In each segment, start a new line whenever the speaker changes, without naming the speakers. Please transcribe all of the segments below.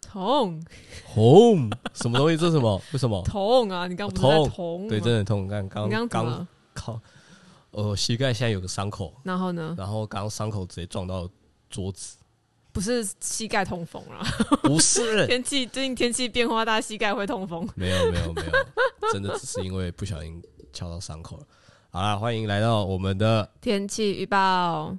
痛
红什么东西？这是 什么？为什么？
痛啊！你刚不是
哦
在
痛
痛吗？
对，真的很痛。刚刚
你刚怎么
刚
了？
靠，呃，膝盖现在有个伤口，
然后呢？
然后刚伤口直接撞到桌 子，
不是膝盖痛风 啦，
不是，
天气最近天气变化大，膝盖会痛风。
没有没有没有，真的只是因为不小心敲到伤口了。好啦，欢迎来到我们的
天气预报，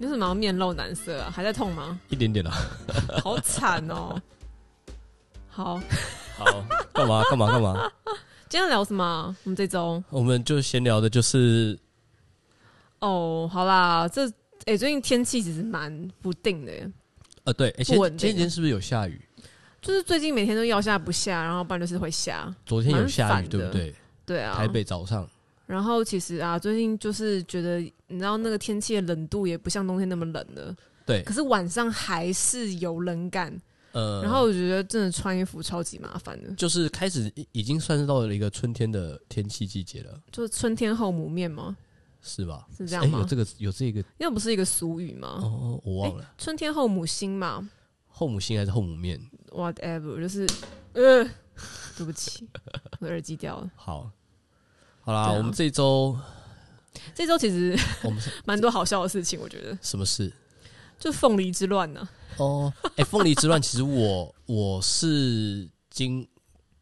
你为什么要面露难色啊？还在痛吗？
一点点啦。
好惨哦！好，
好，干嘛干嘛干嘛？
今天聊什么啊？我们这周
我们就闲聊的就是
哦，好啦，这哎、最近天气其实蛮不定的耶，
呃，对，哎、
不
前
稳定啊
前几天是不是有下雨？
就是最近每天都要下不下，然后不然就是会下。
昨天有下
蛮
雨，
烦的
对不对？
对啊，
台。北早上，
然后其实啊，最近就是觉得，你知道那个天气的冷度也不像冬天那么冷了，
对
可，是晚上还是有冷感。
呃，
然后我觉得真的穿衣服超级麻烦的，
就是开始已已经算是到了一个春天的天气季节了，
就是春天后母面嘛，
是吧？哎
是这样吗
诶有这个有这个
那不是一个俗语吗？
哦哦，我忘了，
春天后母心嘛
后母心还是后母面？
，whatever，就是呃，对不起，我的耳机掉了。
好，好啦，
对啊
我们这一周
这周其实
我们是
蛮多好笑的事情，我觉得
什么事？
就凤梨之乱呢、
哦，哎、凤梨之乱，其实我 我是今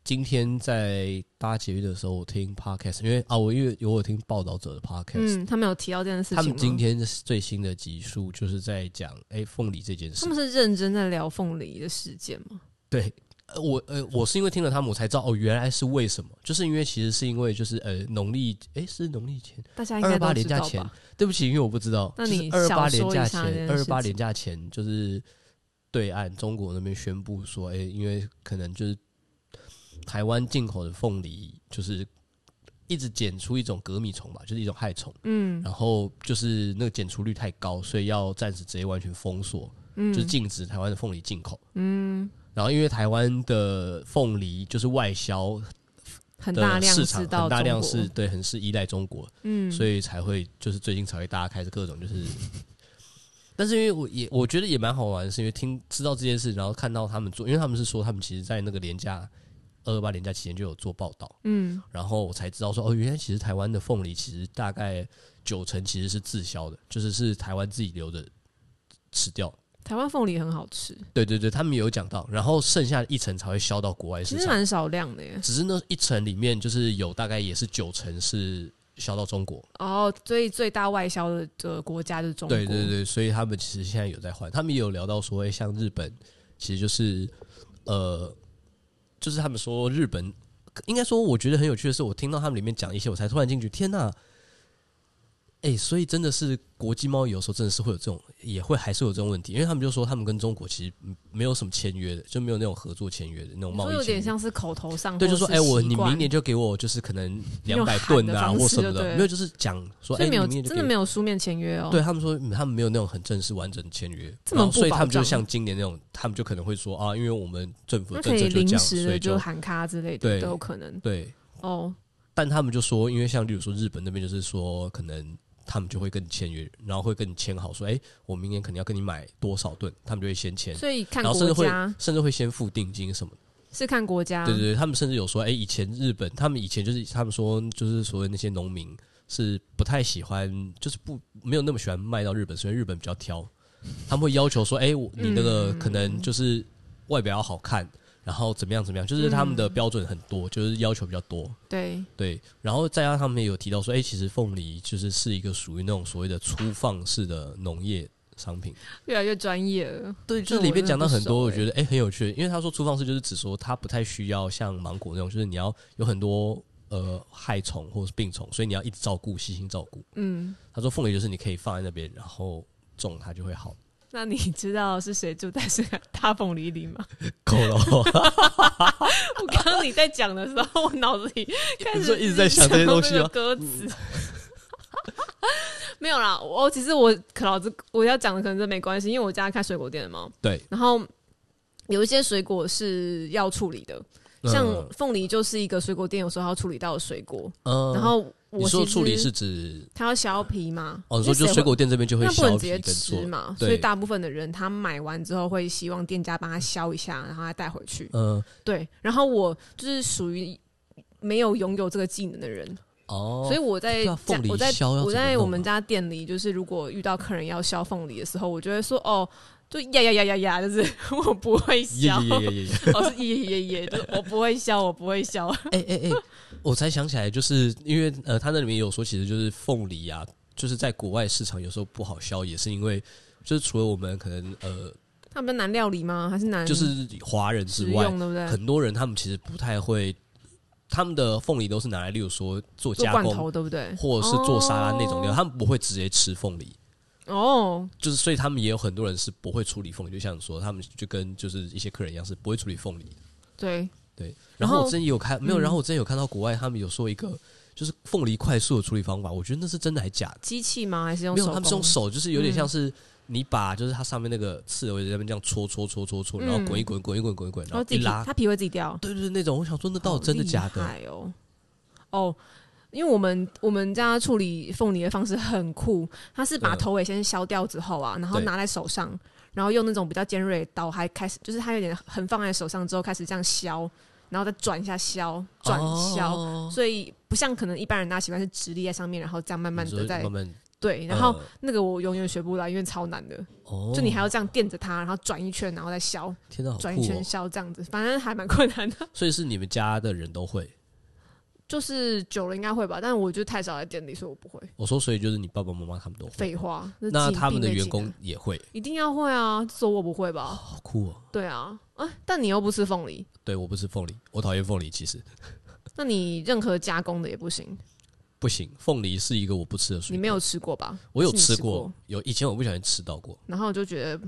今天在搭捷运的时候，我听 podcast，因为啊，我因为有我听报道者的 podcast，、
嗯，他们有提到这件事情
他
吗？
们今天最新的集数就是在讲哎凤梨这件
他
事
们。是认真在聊凤梨的事件吗？
对，呃我呃我是因为听了他们，我才知道哦，原来是为什么，就是因为其实是因为就是呃农历哎是农历前，
大家应该都
28
知
连假
道
前
吧？
对不起，因为我不知道，
那你
二八
小
年
说
假
一下这
前，
件
二
事
八
情
年假前就是对岸中国那边宣布说，哎、因为可能就是台湾进口的凤梨就是一直检出一种革米虫吧，就是一种害虫，
嗯
然后就是那个检出率太高，所以要暂时直接完全封锁，就是
嗯
禁止台湾的凤梨进口。
嗯，
然后因为台湾的凤梨就是外销
很大
的
量
市
是
场，
到
很大量
中国
是对，很是依赖中国，
嗯，
所
以
以才会就是最近才会大家开始各种就是，但是因为我也我觉得也蛮好玩，是因为听知道这件事，然后看到他们做，因为他们是说他们其实在那个廉价二二八廉价期间就有做报道，
嗯
然后我才知道说哦，原来其实台湾的凤梨其实大概九成其实是滞销的，就是是台湾自己留着吃掉。
台湾凤梨很好吃，
对对对，他们有讲到，然后剩下的一层才会销到国外市
其实
场。
蛮少量的耶。
只是那一层里面就是有大概也是九成是销到中国，
哦，所以最大外销的的国家就是中国。
对对，对，所以他们其实现在有在换，他们也有聊到说，哎、像日本其实就是呃，就是他们说日本应该说，我觉得很有趣的是，我听到他们里面讲一些，我才突然进去，天呐！哎、所以真的是国际贸易有时候真的是会有这种，也会还是有这种问题，因为他们就说他们跟中国其实没有什么签约的，就没有那种合作签约的那种
你
贸
说
易
有
签约
点。像是口头上，
对，就说
说
哎、我你明年就给我就是可能两百吨啊
用喊的方式
或什么
就对
的，
了
没有就是讲说哎、
所以没有
你明年就
真
给
的
我
没有书面签约哦。
对他们说嗯他们没有那种很正式完整的签约，
这么
然后
不
所以
保
他们就
障
像今年那种，他们就可能会说啊，因为我们政府
那
的
可
政
以
策就这
临
样，
时
所
的
以
就
就
喊卡之类的
对
都有可能
对。
哦。
但他们就说，因为像例如说日本那边就是说，可能他们就会跟你签约，然后会跟你签好说，哎、我明年可能要跟你买多少吨，他们就会先签，
所以看
然后甚至
国
会
家
甚至会先付定金什么的。
是看国家，
对对对，他们甚至有说，哎、以前日本，他们以前就是他们说，就是所谓那些农民是不太喜欢，就是不没有那么喜欢卖到日本，所以日本比较挑，他们会要求说，哎、我你那个可能就是外表要好看，然后怎么样怎么样，就是他们的标准很多，就是要求比较多。
对
对，然后再加上他们也有提到说，哎、其实凤梨就是是一个属于那种所谓的粗放式的农业商品。
越来越专业了。
对，
这
就是
我
里面
真的
讲到
不
很多，
熟
我
欸
觉得哎、诶很有趣，因为他说粗放式就是指说它不太需要像芒果那种，就是你要有很多呃害虫或者是病虫，所以你要一直照顾，细心照顾。
嗯，
他说凤梨就是你可以放在那边，然后种它就会好。
那你知道是谁住在这个大凤梨里吗？
够了 哦，
我刚刚你在讲的时候，我脑子里开
你
始
说一直在想这些东西
那个
吗
歌词。没有啦，我其实我可老子我要讲的可能真没关系，因为我家开水果店的嘛。
对，
然后有一些水果是要处理的，
嗯
像凤梨就是一个水果店有时候要处理到的水果。
嗯
然后
你
我
说
其
处理
实
是指
它要削皮嘛，
哦，你
因
说
为
就
谁
水
会
果店这边就会
那不
削
能直
皮
接
跟做
吃，嘛，
对
所以大部分的人他买完之后会希望店家帮他削一下，然后他带回去。
嗯
对，然后我就是属于没有拥有这个技能的人，
哦，
所以我在
对啊
家
凤梨
我在
削要
我
怎么
在
弄
我们
啊
家店里，就是如果遇到客人要削凤梨的时候，我就会说哦，就呀呀呀呀呀，就是 我不会
耶
削，
耶耶耶耶。
我是耶耶耶耶，就是我不会削，我不会削。
哎哎哎，我才想起来，就是因为呃，他那里面有说，其实就是凤梨啊，就是在国外市场有时候不好销，也是因为就是除了我们可能呃，
他们难料理吗？还是难
就是华人
食
之外，
嗯用，对不对？
很多人他们其实不太会，他们的凤梨都是拿来，例如说
做
做加
罐
工，
头，对不对？
或者是做沙拉那种料，
哦
他们不会直接吃凤梨。
哦，
就是，所以他们也有很多人是不会处理凤梨，就像你说，他们就跟就是一些客人一样是不会处理凤梨。
对，
对，然
然后
后我之前也有看，没有，
嗯
然后我之前有看到国外他们有说一个就是凤梨快速的处理方法，我觉得那是真的还假的？
机器吗？还是用
没有，
手
他们是用
工嗯
手，就是有点像是你把就是它上面那个刺的位置那边这样戳戳戳戳戳，然后滚一滚滚一滚滚一滚，然
嗯然
后
后
一
哦自己
拉
皮，它皮会自己掉，
对对对，那种我想说那到底真的假
好
的？
厉害哦，哦，因为我们我们家处理凤梨的方式很酷，它是把
嗯
头尾先削掉之后啊，然后
对
拿在手上，然后用那种比较尖锐的刀，还开始就是它有点横放在手上之后开始这样削，然后再转一下削，转削。
哦
所以不像可能一般人大家习惯是直立在上面，然后这样慢慢
你说
的在
慢慢，
对，然后
呃
那个我永远学不来，因为超难的。
哦，
就你还要这样垫着它，然后转一圈，然后再削，
天哪，好
转一
酷
圈
哦！
削这样子，反正还蛮困难的。
所以是你们家的人都会，
就是久了应该会吧，但我就太少在店里，所以我不会。
我说所以就是你爸爸妈妈他们都会，
废话，这
那
基
他们的
必备
员
技
工
能
也会，
一定要会啊，说我不会吧？
好酷哦！
对啊，啊，但你又不吃凤梨，
对我不吃凤梨，我讨厌凤梨，其实。
那你任何加工的也不行，
不行，凤梨是一个我不吃的水果。
你没有吃过吧？
我有
是你吃
过，，有以前我不小心吃到过。
然后我就觉得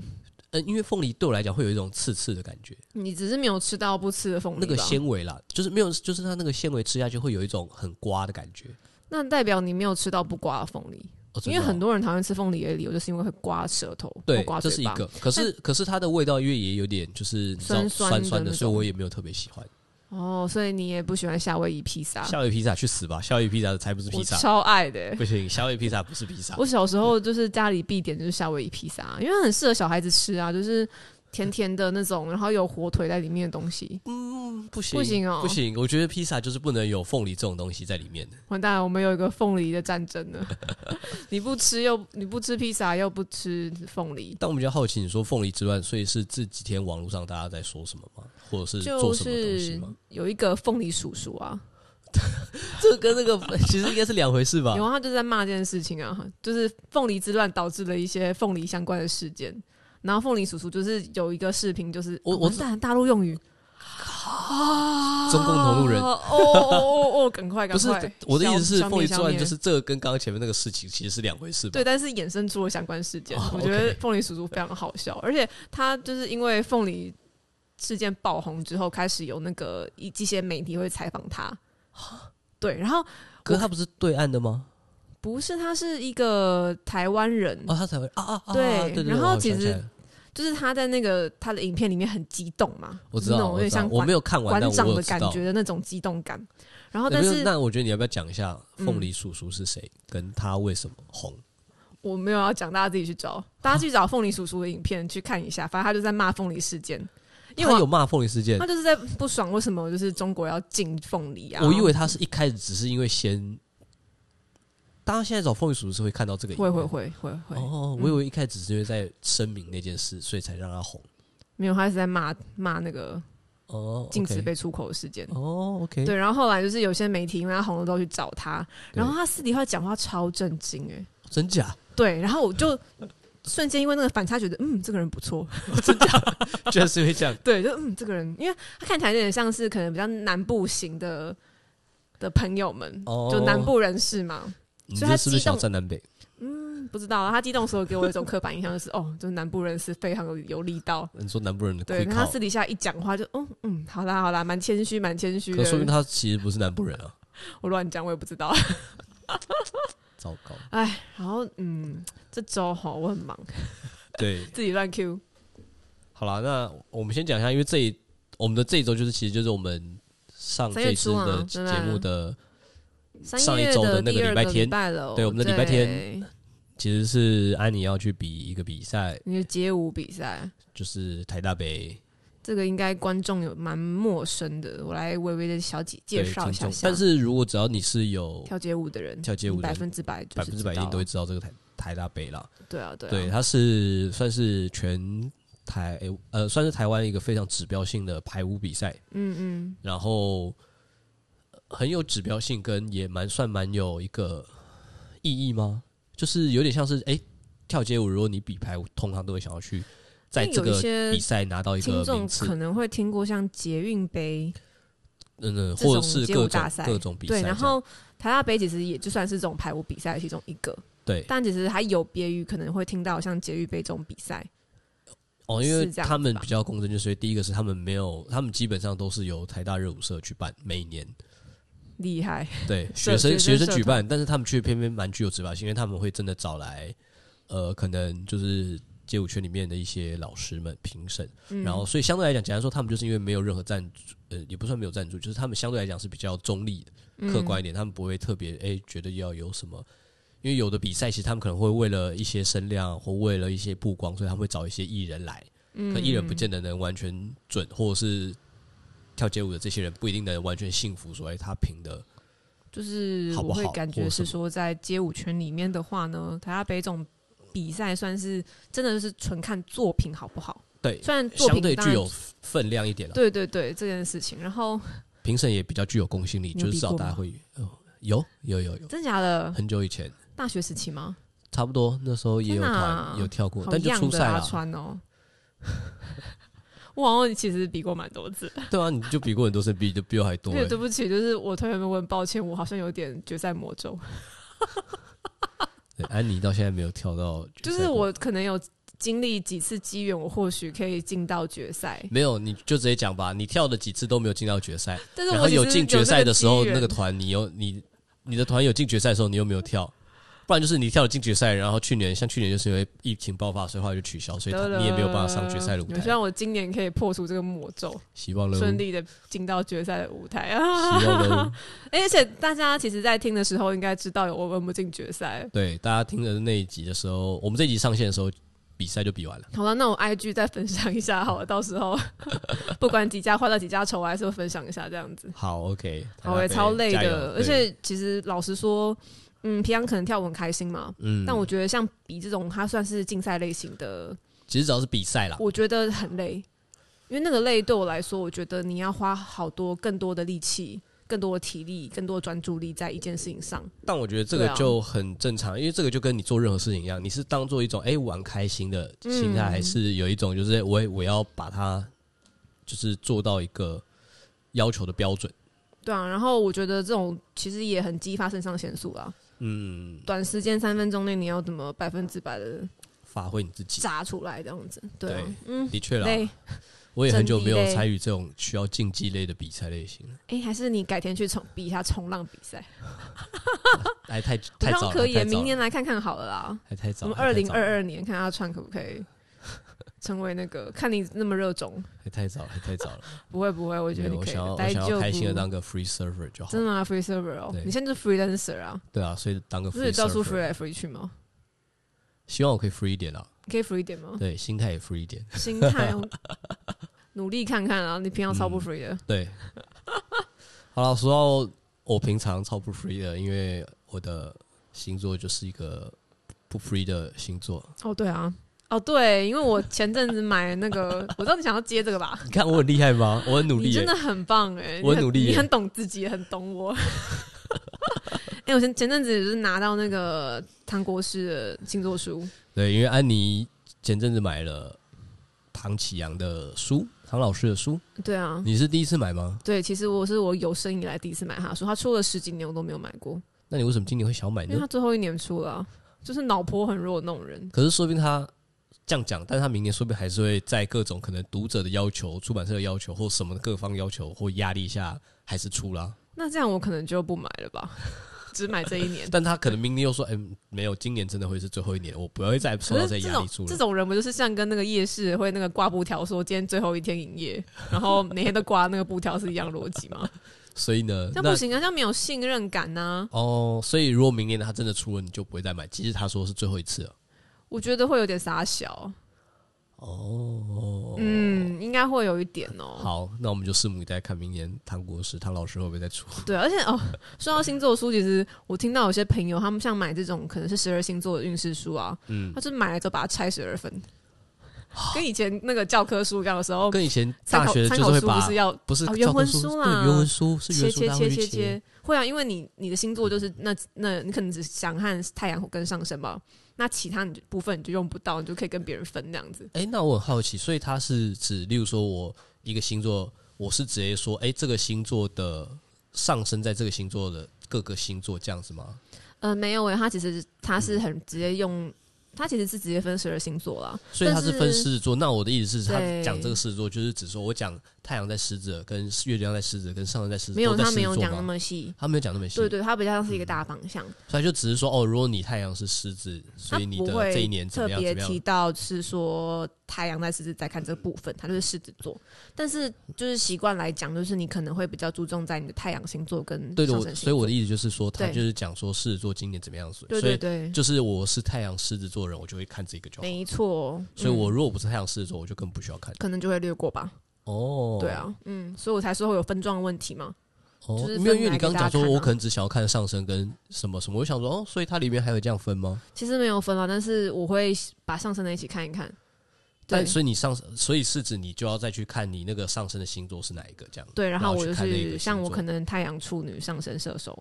嗯，因为凤梨对我来讲会有一种刺刺的感觉，
你只是没有吃到不吃的凤梨
那个
吧
纤维啦，就是没有，就是它那个纤维吃下去会有一种很刮的感觉。
那代表你没有吃到不刮的凤梨，
哦、真
因为
的哦
很多人讨厌吃凤梨的理由就是因为会刮舌头，
对
或刮，
这
嘴
是一
巴
个。可是可是它的味道因为也有点就是你知道
酸酸的
酸酸的，
那
所以
种
我也没有特别喜欢。
哦，所以你也不喜欢夏威夷披萨？
夏威夷披萨去死吧！夏威夷披萨才不是披
啊我
萨，
超爱的欸、
不行，夏威夷披萨不是披萨。
我小时候就是家里必点就是夏威夷披萨，因为它很适合小孩子吃啊，就是甜甜的那种，然后有火腿在里面的东西。
嗯，不行，
不行哦
不行！我觉得披萨就是不能有凤梨这种东西在里面的。
完蛋了，我们有一个凤梨的战争 了。你不吃又你不吃披萨又不吃凤梨，
但我比较好奇，你说凤梨之乱，所以是这几天网络上大家在说什么吗？或者是
就
做什么东西
是
吗？
有一个凤梨叔叔啊，
这跟那个 其实应该是两回事吧
然？后他就在骂这件事情啊，就是凤梨之乱导致了一些凤梨相关的事件。然后凤梨叔叔就是有一个视频，就是
我
哦
我
完蛋大陆用语啊，
中共同路人
哦哦哦哦，赶快
不
赶
是
快！
我的意思是，
消
凤梨之
消
乱
灭
就是这个跟刚刚前面那个事情其实是两回事吧
对，？但是衍生出了相关事件，
哦
我觉得
OK
凤梨叔叔非常好笑，而且他就是因为凤梨事件爆红之后，开始有那个一一些媒体会采访他，对，然后
可是他不是对岸的吗？
不是他是一个台湾人，
哦，他才会啊啊啊！
对
对对，
然后
我
其
想起来
实
了
就是他在那个他的影片里面很激动嘛，
我知
就是那
道，
种有
我
点
知道，
像
我
馆
没有看完，
馆
但
长
我有
的
知
感
道。
觉的那种激动感。然后，
那
但
没有
是
那我觉得你要不要讲一下
嗯
凤梨叔叔是谁，跟他为什么红？
我没有要讲，大家自己去找， 大家去找凤梨叔叔的影片去看一下。反正他就在骂凤梨事件，因为
他有
我
骂凤梨事件
他，就是在不爽为什么就是中国要禁凤梨啊？
哦我以为他是一开始只是因为先，大家现在找凤梨叔叔是会看到这个影
会
片，
会会会会，
哦，我以为一开始只是因为在声明那件事，所以才让他红。
没有，他是在骂骂那个
哦，
禁止。被出口的事件。
哦，OK。
对，然后后来就是有些媒体因为他红了之后去找他，
对
然后他私底下讲话超震惊哎、
真假？
对，然后我就瞬间因为那个反差，觉得嗯，这个人不错。
居然是因为这样。
对，就嗯，这个人，因为他看起来有点像是可能比较南部型的的朋友们，
哦
就南部人士嘛。
你
所以他
这是不是
激动
想站南北？
嗯，不知道他激动的时候给我一种刻板印象，就是哦，就是南部人士非常有有力道。
你说南部人的
对，
会
然后
靠
他，私底下一讲话就，嗯嗯，好啦好啦，蛮谦虚，蛮谦虚
可说明
的。
他其实不是南部人 啊。
我乱讲，我也不知道。
糟糕。
哎，然后嗯，这周哈我很忙，
对，
自己乱 Q。
好啦，那我们先讲一下，因为这一我们的这一周就是其实就是我们上
三
这
月
一次
初啊
的
对
节
吧
目的，
三
上一
月
周
的
的那个
第二
礼拜天
拜了，
对我们的礼拜
对
天，其实是安妮要去比一个比赛，
那个街舞比赛，
就是台大杯
这个应该观众有蛮陌生的，我来微微的小几介
对
绍一
听
下
众
下。
但是如果只要你是有
跳街舞的人，
跳街舞的
百
人
分之百就是
百分之百一
知道
定都会知道这个台台大杯啦，
对啊，对啊，
对，它是算是全台诶呃算是台湾一个非常指标性的排舞比赛，
嗯嗯，
然后呃很有指标性，跟也蛮算蛮有一个意义吗？就是有点像是哎、诶跳街舞，如果你比排舞，通常都会想要去在
因为有
这
一
个
些
比赛拿到一
听
个
众
名次
可，能会听过像捷运杯，
嗯嗯，
这种
或者是
街舞
各
大
种
赛
各种比赛
对，
这
然
样，
后台大杯其实也就算是这种排舞比赛的其中一个，
对
但其实还有别于可能会听到像捷运杯这种比赛，
哦，因为
是这样子
他们
吧
比较公正，就是第一个是他们没有，他们基本上都是由台大热舞社去办，每年
厉 害，
对
社学
学生
生
学
社
生举办，但是他们却偏偏蛮具有指标性，因为他们会真的找来，呃，可能就是街舞圈里面的一些老师们评审，
嗯、
然后所以相对来讲，简单说，他们就是因为没有任何赞助，呃，也不算没有赞助，就是他们相对来讲是比较中立的、客观
嗯
一点，他们不会特别哎、觉得要有什么。因为有的比赛，其实他们可能会为了一些声量或为了一些曝光，所以他们会找一些艺人来。
嗯，
可艺人不
见
见得能完全准，或者是跳街舞的这些人不一定能完全信服所谓他评的。
嗯就是
好不
我会
好
感
或
觉
者
是
什么
说，在街舞圈里面的话呢，台大杯这种比赛算是真的是纯看作品好不好，
对，
虽然作
相
品
对
当
具
然
有分量一点了。
对对对这件事情，然后
评审也比较具有公信力，
你有
就是
比
至少
过
大家
吗
会、哦有有有有，
真假的
很久以前
大学时期吗？
差不多那时候也有
天哪
团有跳过，
好
但就
样
出
的
赛
啊
了。
川哦。 我好像其实比过蛮多次，
对啊，你就比过很多次，比比我还多、
因为 对
欸。
不起，就是我同学们，我很抱歉，我好像有点决赛魔咒，
对安妮到现在没有跳到决
就
赛
是
过
我可能有经历几次机缘，我或许可以进到决赛，
没有，你就直接讲吧。你跳了几次都没有进到决赛，
但是
然
我
后
其实
有进决赛的时候，
有
那
这
个
机
团你有你你的团有进决赛的时候，你又没有跳，不然就是你跳了进决赛，然后去年像去年就是因为疫情爆发，所以后来就取消，所以
缘
他你也没有办法上决赛的舞
我希
台。
望我今年可以破除这个魔咒，
希望了，
顺
希
利的进到决赛的舞台啊！
望 了。
而且大家其实，在听的时候应该知道我们不进决赛。
对，大家听的那一集的时候，我们这一集上线的时候，比赛就比完了。
好了，那我 IG 再分享一下好了，到时 候不管几家欢乐几家愁，我还是会分享一下这样子。
好，OK，
好、欸，超累
加油
的，而
哎对
且其实老实说，嗯，平常可能跳舞很开心嘛，
嗯，
但我觉得像比这种它算是竞赛类型的，
其实只要是比赛啦，
我觉得很累，因为那个累对我来说，我觉得你要花好多更多的力气、更多的体力、更多的专注力在一件事情上。
但我觉得这个
对啊
就很正常，因为这个就跟你做任何事情一样，你是当做一种哎、玩开心的心态，
嗯
还是有一种就是我我要把它就是做到一个要求的标准。
对啊，然后我觉得这种其实也很激发肾上腺素啊。
嗯，
短时间三分钟内，你要怎么百分之百的
发挥你自己，
炸出来这样子？对啊
对，
嗯，
的确啦，
累。
我也很久没有
真的累
参与这种需要竞技类的比赛类型了，
哎、还是你改天去冲比一下冲浪比赛，
哎，太
我
太
刚
早
刚
了，
可以耶，
太早了
明年来看看好了啦。
还太早
我
了，
们二
还太
零
早了
二二年看阿川可不可以成为那个？看你那么热衷，
还太早了，还太早了。
不会不会， 我觉得
对，
你
我
可以
想要
的，
我想
就
要开心的
不
当个 free server 就好
真，的吗？Free server 哦
对，
你现在是 freelancer 啊，
对啊，所以当个
不是
free
到处 free
server，
来 free 去吗？
希望我可以 free 一点啦，啊
你可以 free 一点 吗？
对，心态也 free 一点，
心态哦，努力看看啊！你平常超
嗯
不 free 的，
对， 好了，说到我平常超不 free 的，因为我的星座就是一个不 free 的星座。
哦对啊，哦对，因为我前阵子买那个，我知道你想要接这个吧？
你看我很厉 害吗？我很努
你
力、
真
耶
的很棒哎，
我
你很
努力耶
你很懂自己，也很懂我。 哎，我前前阵子就是拿到那个唐国师的星座书，
对，因为安妮前阵子买了唐启阳的书，唐老师的书，
对啊，
你是第一次买吗？
对，其实我是我有生以来第一次买他的书，他出了十几年我都没有买过，
那你为什么今年会想买
因为
呢
他？最后一年出了啊、就是脑波很弱的那种人。
可是说不定他这样讲，但是他明年说不定还是会在各种可能读者的要求、出版社的要求或什么各方要求或压力下，还是出啦。
那这样我可能就不买了吧。只买这一年。
但他可能明年又说，哎、没有，今年真的会是最后一年，我不会再受
可
到
是这
压
种
力住
哦这
了。
种人不就是像跟那个夜市会那个挂布条说今天最后一天营业，然后每天都挂那个布条是一样的逻辑 吗？
所以呢，
这样
那
不行啊，这样没有信任感啊呐、
哦，所以如果明年他真的出了，你就不会再买，即使他说是最后一次啊了。
我觉得会有点傻小，
哦，
嗯，应该会有一点哦、
好，那我们就拭目以待，看明年唐国师唐老师会不会再出。
对，而且哦，说到星座书，其实我听到有些朋友他们像买这种可能是十二星座的运势书啊，
嗯，哦
他就买了之后把它拆十二份，跟以前那个教科书一样的时候，
跟以前
参
大
考
学
参
就是
考
会
书不
把
是要
不是
哦
教科
原文
书
书
对
啦
原文书是原
切
文书，
切
大家
切
会去
切切，会啊，因为你你的星座就是那那你可能只想看太阳跟上升吧，那其他你就部分你就用不到，你就可以跟别人分那样子。
哎、那我很好奇，所以它是指，例如说我一个星座，我是直接说，哎、这个星座的上升在这个星座的各个星座这样子吗？
呃，没有诶、他其实他
嗯
是很直接用，他其实是直接分十二星座啦。
所以它是
但是
分狮子座。那我的意思是，他
对
讲这个狮子座，就是指说我讲太阳在狮子，跟月亮在狮子，跟上升在狮子，
没有
都在
他
狮
没
子
有
座
讲那
吗嗯
么细，
他没有讲那么细，
对对，他比较像是一个大方向，
所以它就只是说，哦，如果你太阳是狮子，所
他
以你
不
的
会
这一年怎
特
么样
别
怎么
提
样。
到是说太阳在狮子在看这部分，他就是狮子座，但是就是习惯来讲，就是你可能会比较注重在你的太阳星座跟
对的，
上
我
升
所以
星
我
座
的。意思就是说，他
对
就是讲说狮子座今年怎么样，所以
对
所
对
以
对，
就是我是太阳狮子座人，我就会看这个就好。
没错，
所以我
嗯
如果不是太阳狮子座，我就更不需要看。
可能就会略过吧。
哦，
对，啊，嗯，所以我才说会有分状问题嘛。
哦，
就是分
没有，因为
来
你
给
刚刚讲
大家
说，
看啊
我可能只想要看上升跟什么什么，我想说，哦，所以它里面还有这样分吗？
其实没有分啊，但是我会把上升的一起看一看。对
但所以你上，所以是指你就要再去看你那个上升的星座是哪一个这样。
对，然
后
后我就
去看那个
是
星
像我
座
可能太阳处女上升射手，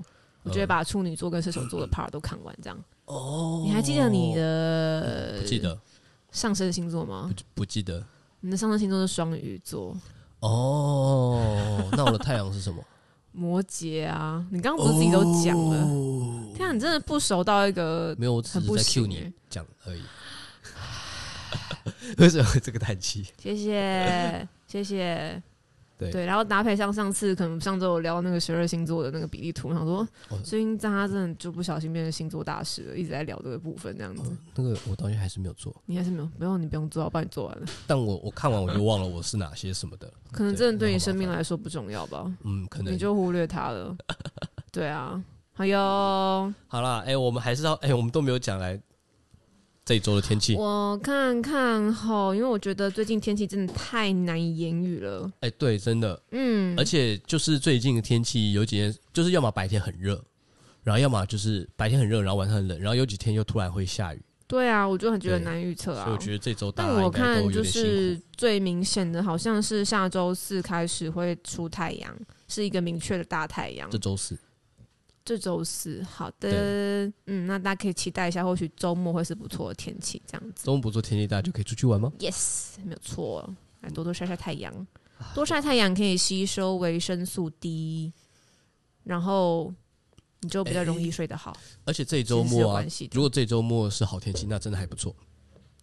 我就会
嗯
把处女座跟射手 座的 part 都看完。这样，
哦，
你还记得你的
不记得？
上升星座吗
不？不记得？
你的上升星座是双鱼座、
哦， 那我的太阳是什么？
摩羯啊。你刚刚不是自己都讲了？
哦
天啊，你真的不熟到一个
没有，我只
很
是
不
在 Q
行
你
欸
讲而已。 为什么这个叹气？
谢 谢，谢谢。
对
然后搭配上上次可能上周有聊到那个十二星座的那个比例图，我想说
哦
最近大家真的就不小心变成星座大师了，一直在聊这个部分这样子。
那个我到现在还是没有做，
你还是没有没有，你不用做，我帮你做完了。
但我我看完我就忘了我是哪些什么的。
可能
对
真的对
那
你
好麻
生命
烦
来说不重要吧，
嗯，可能
你就忽略它 了。对啊，还有
好啦，哎、我们还是要，哎、我们都没有讲来这一周的天气。
我看看吼，因为我觉得最近天气真的太难以言语了。
哎、对，真的，
嗯
而，且就是最近的天气有几天，就是要么白天很热，然后要么就是白天很热，然后晚上很冷，然后有几天又突然会下雨，
对啊，我就很觉得很
对
难预测啊。
所以我觉得这周大
但
家
我
应该
看
都有
就
点辛
是
苦。
最明显的，好像是下周四开始会出太阳，是一个明确的大太阳
这。周四，
这周四，好的，嗯，那大家可以期待一下，或许周末会是不错的天气，这样子。
中午不做天气，大家就可以出去玩吗？
Yes，没有错，来多多晒晒太阳，
啊
多晒太阳可以吸收维生素 D，然后你就比较容易睡得好。
而且这周
其实是有
末啊
关，系的
如。果这哎周末是好天气，那真的还不错，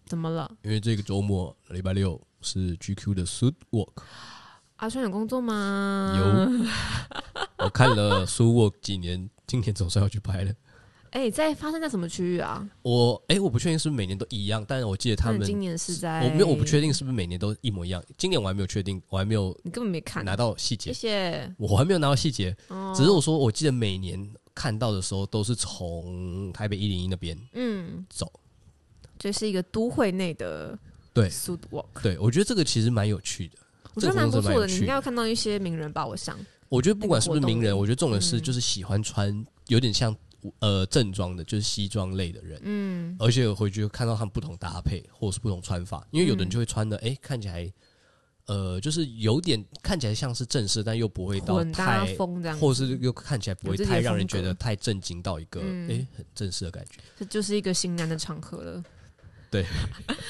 怎么了？
因为这个周末礼拜六是 GQ 的 Suit Walk，
阿川有工作吗？嗯
有，我看了 Suit Walk 几年，今年总算要去拍了。
哎、在发生在什么区域啊？
我哎、我不确定是不是每年都一样，但是我记得他
那你
们，
今年是在
我没有，我不确定是不是每年都一模一样。今年我还没有确定，我还没有
你根本没看，
拿到细 节
谢，谢。
我还没有拿到细节。
哦
只是我说，我记得每年看到的时候都是从台北一零一那边
嗯，
走。
这是一个都会内的
对
Sud Walk，
对，我觉得这个其实蛮有趣的。
我觉得
这个
蛮不
活动是
错的。
蛮有
你
趣
应该会看到一些名人吧，我想。
我觉得不管是不是名
那个活
人，
动
我觉得重点是
嗯
就是喜欢穿有点像呃正装的，就是西装类的人。
嗯，
而且回去看到他们不同搭配或者是不同穿法，因为有
嗯
的人就会穿的，哎、看起来，呃，就是有点看起来像是正式，但又不会到
混搭
太，
风这样，
或是又看起来不会
有自己的
太让
风
人觉
格
得太震惊到一个，哎、
嗯
很正式的感觉。
这就是一个型男的场合了。
对，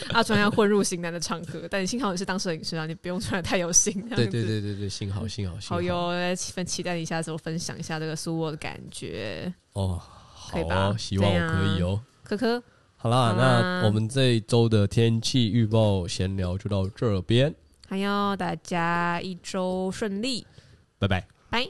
阿川要混入型男的场合，但幸好你是当摄影师啊，你不用穿的太有型。这样
对
子
对。对对对，幸好幸好幸好
好哟，来期期待你下次我分享一下这个苏沃的感觉。
哦，
可
好
以
哦
吧，
希望我
对啊
可以哦。
科科，
好啦，
好啊啦
那我们这一周的天气预报闲聊就到这边，
还有大家一周顺利，
拜拜。
拜。